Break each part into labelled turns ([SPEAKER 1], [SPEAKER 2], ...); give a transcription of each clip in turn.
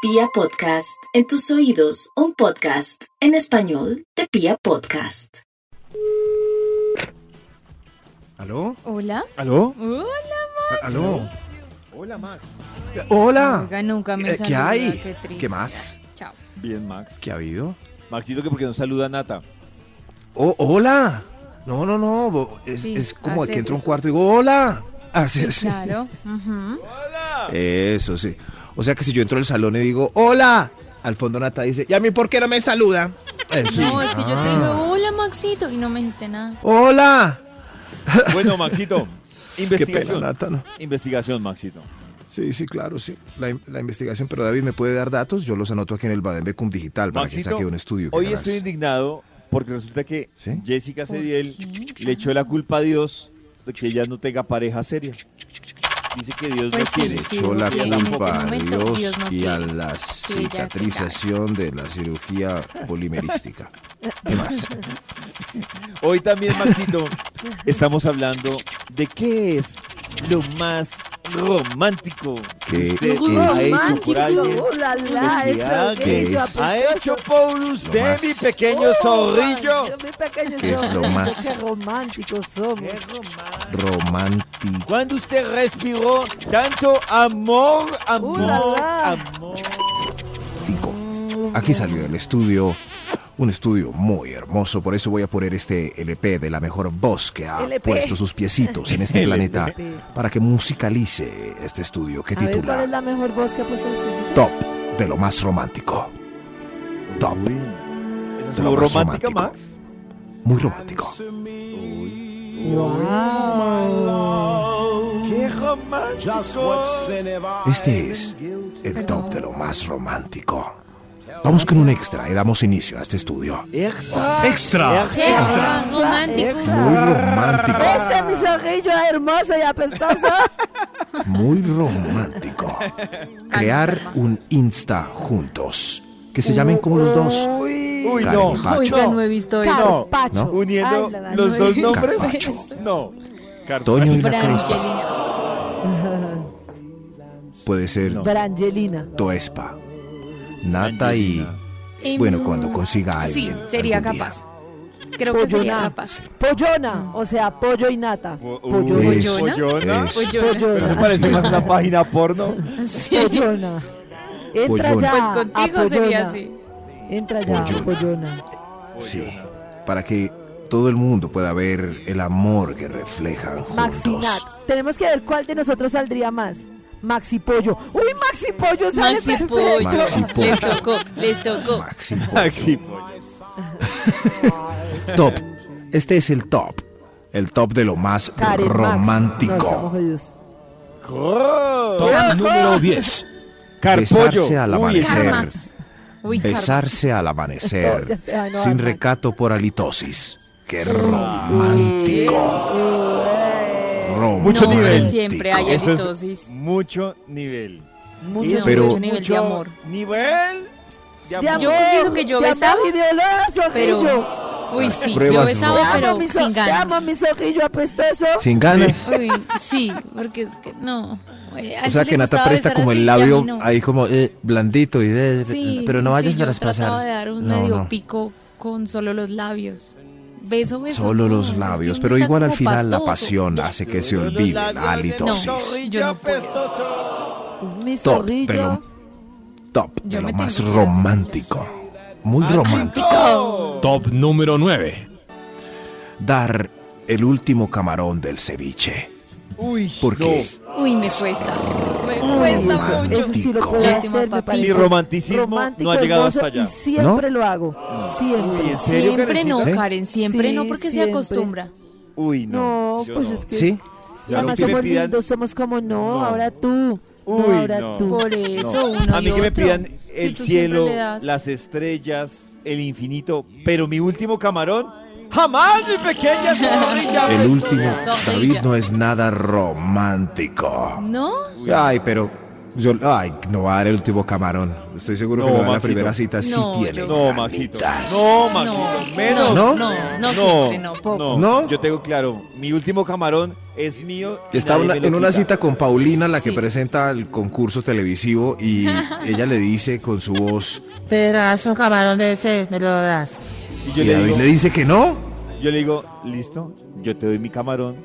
[SPEAKER 1] Pia Podcast, en tus oídos, un podcast en español de Pia Podcast.
[SPEAKER 2] ¿Aló?
[SPEAKER 3] Hola.
[SPEAKER 2] ¿Aló?
[SPEAKER 3] Hola,
[SPEAKER 2] A- ¿Aló?
[SPEAKER 4] Hola Max.
[SPEAKER 2] ¡Hola!
[SPEAKER 3] Oiga, nunca me
[SPEAKER 2] Eh, ¿Qué
[SPEAKER 3] saluda,
[SPEAKER 2] hay?
[SPEAKER 3] qué triste.
[SPEAKER 2] ¿Qué más?
[SPEAKER 3] Chao.
[SPEAKER 4] Bien Max.
[SPEAKER 2] ¿Qué ha habido?
[SPEAKER 4] Maxito que porque no saluda a Nata.
[SPEAKER 2] ¡Oh, hola! No, no, no. bo- Es,
[SPEAKER 3] Sí,
[SPEAKER 2] es como
[SPEAKER 3] hace-
[SPEAKER 2] que entro a un cuarto y digo, ¡hola! Así es.
[SPEAKER 3] Claro. ujú.
[SPEAKER 2] Eso sí. O sea que si yo entro al salón y digo, ¡hola! Al fondo Nata dice, ¿y a mí por qué no me saluda? Eso sí.
[SPEAKER 3] No, es que yo te
[SPEAKER 2] Ah.
[SPEAKER 3] digo, hola Maxito, y no me dijiste nada.
[SPEAKER 2] ¡Hola!
[SPEAKER 4] Bueno, Maxito,
[SPEAKER 2] Qué pena,
[SPEAKER 4] investigación.
[SPEAKER 2] Nata, ¿no?
[SPEAKER 4] Investigación, Maxito.
[SPEAKER 2] Sí, sí, claro, sí. La, in- la investigación, pero David me puede dar datos, yo los anoto aquí en el Baden-Becum Digital para que
[SPEAKER 4] Maxito,
[SPEAKER 2] saque un estudio. que
[SPEAKER 4] Hoy
[SPEAKER 2] ganas.
[SPEAKER 4] estoy indignado porque resulta que
[SPEAKER 2] ¿Sí?
[SPEAKER 4] Jessica
[SPEAKER 3] ¿Por
[SPEAKER 4] Cediel
[SPEAKER 3] qué?
[SPEAKER 4] le echó la culpa a Dios de que ella no tenga pareja seria. Dice que Dios
[SPEAKER 3] Pues
[SPEAKER 4] no
[SPEAKER 3] sí,
[SPEAKER 2] le
[SPEAKER 4] quiere.
[SPEAKER 3] sí.
[SPEAKER 2] echó la
[SPEAKER 3] y en este
[SPEAKER 2] culpa a
[SPEAKER 3] momento
[SPEAKER 2] Dios,
[SPEAKER 3] Dios no
[SPEAKER 2] y a
[SPEAKER 3] quiere
[SPEAKER 2] la
[SPEAKER 3] ella te
[SPEAKER 2] cicatrización de la cirugía polimerística. ¿Qué más?
[SPEAKER 4] Hoy también, Maxito, estamos hablando de qué es lo más romántico
[SPEAKER 2] ¿Qué
[SPEAKER 4] que usted ha hecho por
[SPEAKER 3] Romántico.
[SPEAKER 4] alguien.
[SPEAKER 5] la, la,
[SPEAKER 4] El
[SPEAKER 5] eso,
[SPEAKER 4] que
[SPEAKER 5] bello,
[SPEAKER 2] es-
[SPEAKER 4] ha hecho
[SPEAKER 5] apestoso.
[SPEAKER 4] por usted,
[SPEAKER 2] Lo
[SPEAKER 4] mi
[SPEAKER 2] más-
[SPEAKER 4] pequeño
[SPEAKER 5] Oh,
[SPEAKER 4] zorrillo.
[SPEAKER 5] yo, Mi pequeño
[SPEAKER 2] Que es lo
[SPEAKER 5] zorrillo,
[SPEAKER 2] más-
[SPEAKER 5] Qué románticos somos.
[SPEAKER 2] Romántico.
[SPEAKER 4] Cuando usted respiró tanto amor, amor,
[SPEAKER 5] Uh, la, la.
[SPEAKER 4] amor.
[SPEAKER 2] Aquí salió el estudio. Un estudio muy hermoso, por eso voy a poner este LP de la mejor voz que ha
[SPEAKER 5] LP.
[SPEAKER 2] puesto sus piecitos en este
[SPEAKER 4] LP.
[SPEAKER 2] planeta para que musicalice este estudio que
[SPEAKER 5] A ver, ¿cuál
[SPEAKER 2] titula
[SPEAKER 5] es la mejor voz que ha puesto este el específico?
[SPEAKER 2] Top de lo más romántico. Top,
[SPEAKER 4] ¿Esa es
[SPEAKER 2] De lo
[SPEAKER 4] su
[SPEAKER 2] más
[SPEAKER 4] romántica,
[SPEAKER 2] romántico.
[SPEAKER 4] Max?
[SPEAKER 2] muy romántico.
[SPEAKER 4] ¡Qué romántico!
[SPEAKER 2] Este es el top de lo más romántico. Vamos con un extra y damos inicio a este estudio.
[SPEAKER 4] ¡Extra!
[SPEAKER 6] Extra.
[SPEAKER 3] ¿Qué?
[SPEAKER 5] Extra.
[SPEAKER 3] Romántico.
[SPEAKER 2] Muy romántico,
[SPEAKER 5] Ese Este mi zorrillo hermoso y apestoso.
[SPEAKER 2] muy romántico. Crear un Insta juntos. Que se llamen como los dos.
[SPEAKER 5] Uy.
[SPEAKER 4] ¡Uy, no!
[SPEAKER 2] Karen Pacho.
[SPEAKER 3] Oiga, no he visto eso.
[SPEAKER 5] Carpacho.
[SPEAKER 2] No.
[SPEAKER 4] Uniendo
[SPEAKER 5] Ay, la, la,
[SPEAKER 4] los
[SPEAKER 5] no.
[SPEAKER 4] dos nombres.
[SPEAKER 2] Carpacho.
[SPEAKER 4] No. Carpacho.
[SPEAKER 2] Toño y la Crespa.
[SPEAKER 3] Brangelina.
[SPEAKER 2] Puede ser
[SPEAKER 4] No.
[SPEAKER 5] Brangelina.
[SPEAKER 2] Toespa. Nata y...
[SPEAKER 3] Em,
[SPEAKER 2] Bueno, cuando consiga a
[SPEAKER 3] Sí,
[SPEAKER 2] alguien.
[SPEAKER 3] sería
[SPEAKER 2] algún día.
[SPEAKER 3] capaz. Creo que sería
[SPEAKER 5] Pollona.
[SPEAKER 3] capaz.
[SPEAKER 5] Pollona. O sea, pollo y nata.
[SPEAKER 4] Po- uh.
[SPEAKER 5] Pollona.
[SPEAKER 4] uy,
[SPEAKER 2] Eso,
[SPEAKER 4] ¿Pollona?
[SPEAKER 2] eso.
[SPEAKER 3] Pollona.
[SPEAKER 4] Eso
[SPEAKER 5] Pollona.
[SPEAKER 4] parece más una página porno.
[SPEAKER 3] Sí.
[SPEAKER 5] Pollona. Entra
[SPEAKER 2] Pollona.
[SPEAKER 5] ya.
[SPEAKER 3] Pues
[SPEAKER 5] a
[SPEAKER 3] contigo
[SPEAKER 5] pollona.
[SPEAKER 3] sería así.
[SPEAKER 5] Entra ya,
[SPEAKER 2] Pollona.
[SPEAKER 5] pollona.
[SPEAKER 2] Sí, para que todo el mundo pueda ver el amor que reflejan
[SPEAKER 5] Maxinat.
[SPEAKER 2] juntos.
[SPEAKER 5] Tenemos que ver cuál de nosotros saldría más. Maxi Pollo. ¡Uy, Maxi Pollo sale
[SPEAKER 3] Maxi
[SPEAKER 5] perfecto!
[SPEAKER 3] Pollo.
[SPEAKER 2] Maxi Pollo.
[SPEAKER 3] Les tocó, les tocó.
[SPEAKER 2] Maxi
[SPEAKER 4] Maxi,
[SPEAKER 2] Pollo.
[SPEAKER 4] Ah, pollo.
[SPEAKER 2] Top. Este es el top. El top de lo más
[SPEAKER 5] Karen Max. No, estamos
[SPEAKER 2] romántico.
[SPEAKER 5] jodidos.
[SPEAKER 4] ¡Cor!
[SPEAKER 6] Top número 10.
[SPEAKER 2] Besarse al
[SPEAKER 4] Uy, ese-
[SPEAKER 2] amanecer.
[SPEAKER 3] Carmax. Uy, Carmax.
[SPEAKER 2] Besarse al
[SPEAKER 5] No, ya
[SPEAKER 2] amanecer.
[SPEAKER 5] se- ay, no,
[SPEAKER 2] Sin
[SPEAKER 5] Max.
[SPEAKER 2] recato por halitosis. Qué romántico.
[SPEAKER 4] Mucho
[SPEAKER 3] no,
[SPEAKER 4] nivel.
[SPEAKER 3] siempre hay
[SPEAKER 4] Eso es-
[SPEAKER 3] halitosis.
[SPEAKER 4] mucho nivel.
[SPEAKER 5] Mucho,
[SPEAKER 4] Y
[SPEAKER 2] Pero-
[SPEAKER 5] mucho
[SPEAKER 3] nivel de amor.
[SPEAKER 4] Nivel de amor.
[SPEAKER 5] De amor,
[SPEAKER 3] Yo confieso que yo
[SPEAKER 5] de
[SPEAKER 3] besaba,
[SPEAKER 5] amor y de olor,
[SPEAKER 3] pero-
[SPEAKER 5] zorrillo.
[SPEAKER 3] Uy,
[SPEAKER 2] Las
[SPEAKER 3] sí, yo
[SPEAKER 2] pruebas
[SPEAKER 3] besaba,
[SPEAKER 2] no.
[SPEAKER 5] Te amo,
[SPEAKER 3] pero
[SPEAKER 5] mi zo-
[SPEAKER 3] sin
[SPEAKER 5] te
[SPEAKER 3] ganas.
[SPEAKER 5] amo, mi zorrillo apestoso.
[SPEAKER 2] Sin ganas.
[SPEAKER 3] Uy, sí, porque es que no. Eh, a
[SPEAKER 2] O
[SPEAKER 3] él
[SPEAKER 2] sea
[SPEAKER 3] sí
[SPEAKER 2] que
[SPEAKER 3] le
[SPEAKER 2] Nata
[SPEAKER 3] gustaba
[SPEAKER 2] presta
[SPEAKER 3] besar
[SPEAKER 2] como el
[SPEAKER 3] así y a mí
[SPEAKER 2] labio
[SPEAKER 3] no.
[SPEAKER 2] ahí como eh, blandito y de-
[SPEAKER 3] Sí,
[SPEAKER 2] pero no vayas
[SPEAKER 3] sí,
[SPEAKER 2] a
[SPEAKER 3] yo trataba
[SPEAKER 2] traspasar.
[SPEAKER 3] de dar un
[SPEAKER 2] No,
[SPEAKER 3] medio
[SPEAKER 2] no.
[SPEAKER 3] pico con solo los labios. Beso, beso.
[SPEAKER 2] Solo
[SPEAKER 3] no,
[SPEAKER 2] los
[SPEAKER 3] es que
[SPEAKER 2] labios,
[SPEAKER 3] uno
[SPEAKER 2] pero
[SPEAKER 3] está
[SPEAKER 2] igual al
[SPEAKER 3] como
[SPEAKER 2] final la
[SPEAKER 3] pastoso.
[SPEAKER 2] pasión
[SPEAKER 3] Ya.
[SPEAKER 2] hace que se olvide la halitosis.
[SPEAKER 3] No, yo no puedo.
[SPEAKER 5] Pues, mi
[SPEAKER 2] Top de
[SPEAKER 5] zorrillo.
[SPEAKER 2] lo, top de
[SPEAKER 3] Yo
[SPEAKER 2] lo
[SPEAKER 3] me
[SPEAKER 2] más
[SPEAKER 3] tengo que ir a hacer
[SPEAKER 2] romántico. Muy romántico.
[SPEAKER 6] Top número 9.
[SPEAKER 2] Dar el último camarón del ceviche.
[SPEAKER 4] Uy,
[SPEAKER 2] Porque
[SPEAKER 3] Uy, me cuesta. Me cuesta
[SPEAKER 2] Uy,
[SPEAKER 3] mucho.
[SPEAKER 5] Eso sí lo
[SPEAKER 2] Romántico.
[SPEAKER 5] puedo
[SPEAKER 3] La
[SPEAKER 5] hacer,
[SPEAKER 3] última
[SPEAKER 5] me
[SPEAKER 3] papita.
[SPEAKER 4] mi
[SPEAKER 5] parece
[SPEAKER 4] romanticismo
[SPEAKER 5] romántico,
[SPEAKER 4] no ha llegado
[SPEAKER 5] hermoso,
[SPEAKER 4] hasta allá.
[SPEAKER 5] y siempre lo hago.
[SPEAKER 2] Mm.
[SPEAKER 5] Siempre.
[SPEAKER 4] Uy, ¿en serio,
[SPEAKER 3] Siempre no,
[SPEAKER 2] Karencita?
[SPEAKER 3] Karen, siempre
[SPEAKER 5] Sí,
[SPEAKER 3] no, porque se
[SPEAKER 5] siempre.
[SPEAKER 3] acostumbra.
[SPEAKER 4] Uy, no.
[SPEAKER 5] No,
[SPEAKER 4] yo
[SPEAKER 5] pues
[SPEAKER 4] no.
[SPEAKER 5] es que
[SPEAKER 2] sí,
[SPEAKER 4] Ya lo
[SPEAKER 5] además
[SPEAKER 4] que me
[SPEAKER 5] somos
[SPEAKER 4] pidan-
[SPEAKER 5] lindos, somos como no,
[SPEAKER 4] No.
[SPEAKER 5] ahora tú.
[SPEAKER 4] Uy,
[SPEAKER 5] no, ahora
[SPEAKER 4] no.
[SPEAKER 5] tú.
[SPEAKER 3] Por eso uno
[SPEAKER 4] A mí
[SPEAKER 3] y
[SPEAKER 4] que me
[SPEAKER 3] otro.
[SPEAKER 4] pidan
[SPEAKER 3] Si
[SPEAKER 4] el
[SPEAKER 3] tú siempre
[SPEAKER 4] cielo,
[SPEAKER 3] le das-
[SPEAKER 4] las estrellas, el infinito, pero mi último camarón, jamás mi pequeña zorrilla.
[SPEAKER 2] el último
[SPEAKER 3] Zorrilla.
[SPEAKER 2] David no es nada romántico.
[SPEAKER 3] ¿No?
[SPEAKER 2] Ay, pero yo ay, no va a dar el último camarón. Estoy seguro que
[SPEAKER 4] No,
[SPEAKER 2] no, en la
[SPEAKER 4] Maxito.
[SPEAKER 2] primera cita sí
[SPEAKER 3] No,
[SPEAKER 2] tiene.
[SPEAKER 4] No, Maxito.
[SPEAKER 2] ganitas.
[SPEAKER 4] No,
[SPEAKER 3] No,
[SPEAKER 4] Maxito. Menos.
[SPEAKER 2] ¿No?
[SPEAKER 3] No, no, no siempre, no, poco.
[SPEAKER 2] ¿No?
[SPEAKER 4] Yo tengo claro, mi último camarón es mío. y
[SPEAKER 2] Estaba
[SPEAKER 4] nadie
[SPEAKER 2] una-
[SPEAKER 4] me lo
[SPEAKER 2] en una
[SPEAKER 4] quita.
[SPEAKER 2] cita con Paulina, la que
[SPEAKER 3] Sí.
[SPEAKER 2] presenta el concurso televisivo, y ella le dice con su voz,
[SPEAKER 7] Verás un camarón de ese, me lo das.
[SPEAKER 4] Y yo
[SPEAKER 2] y
[SPEAKER 4] le,
[SPEAKER 2] David
[SPEAKER 4] digo,
[SPEAKER 2] le dice que no.
[SPEAKER 4] yo le digo, listo, yo te doy mi camarón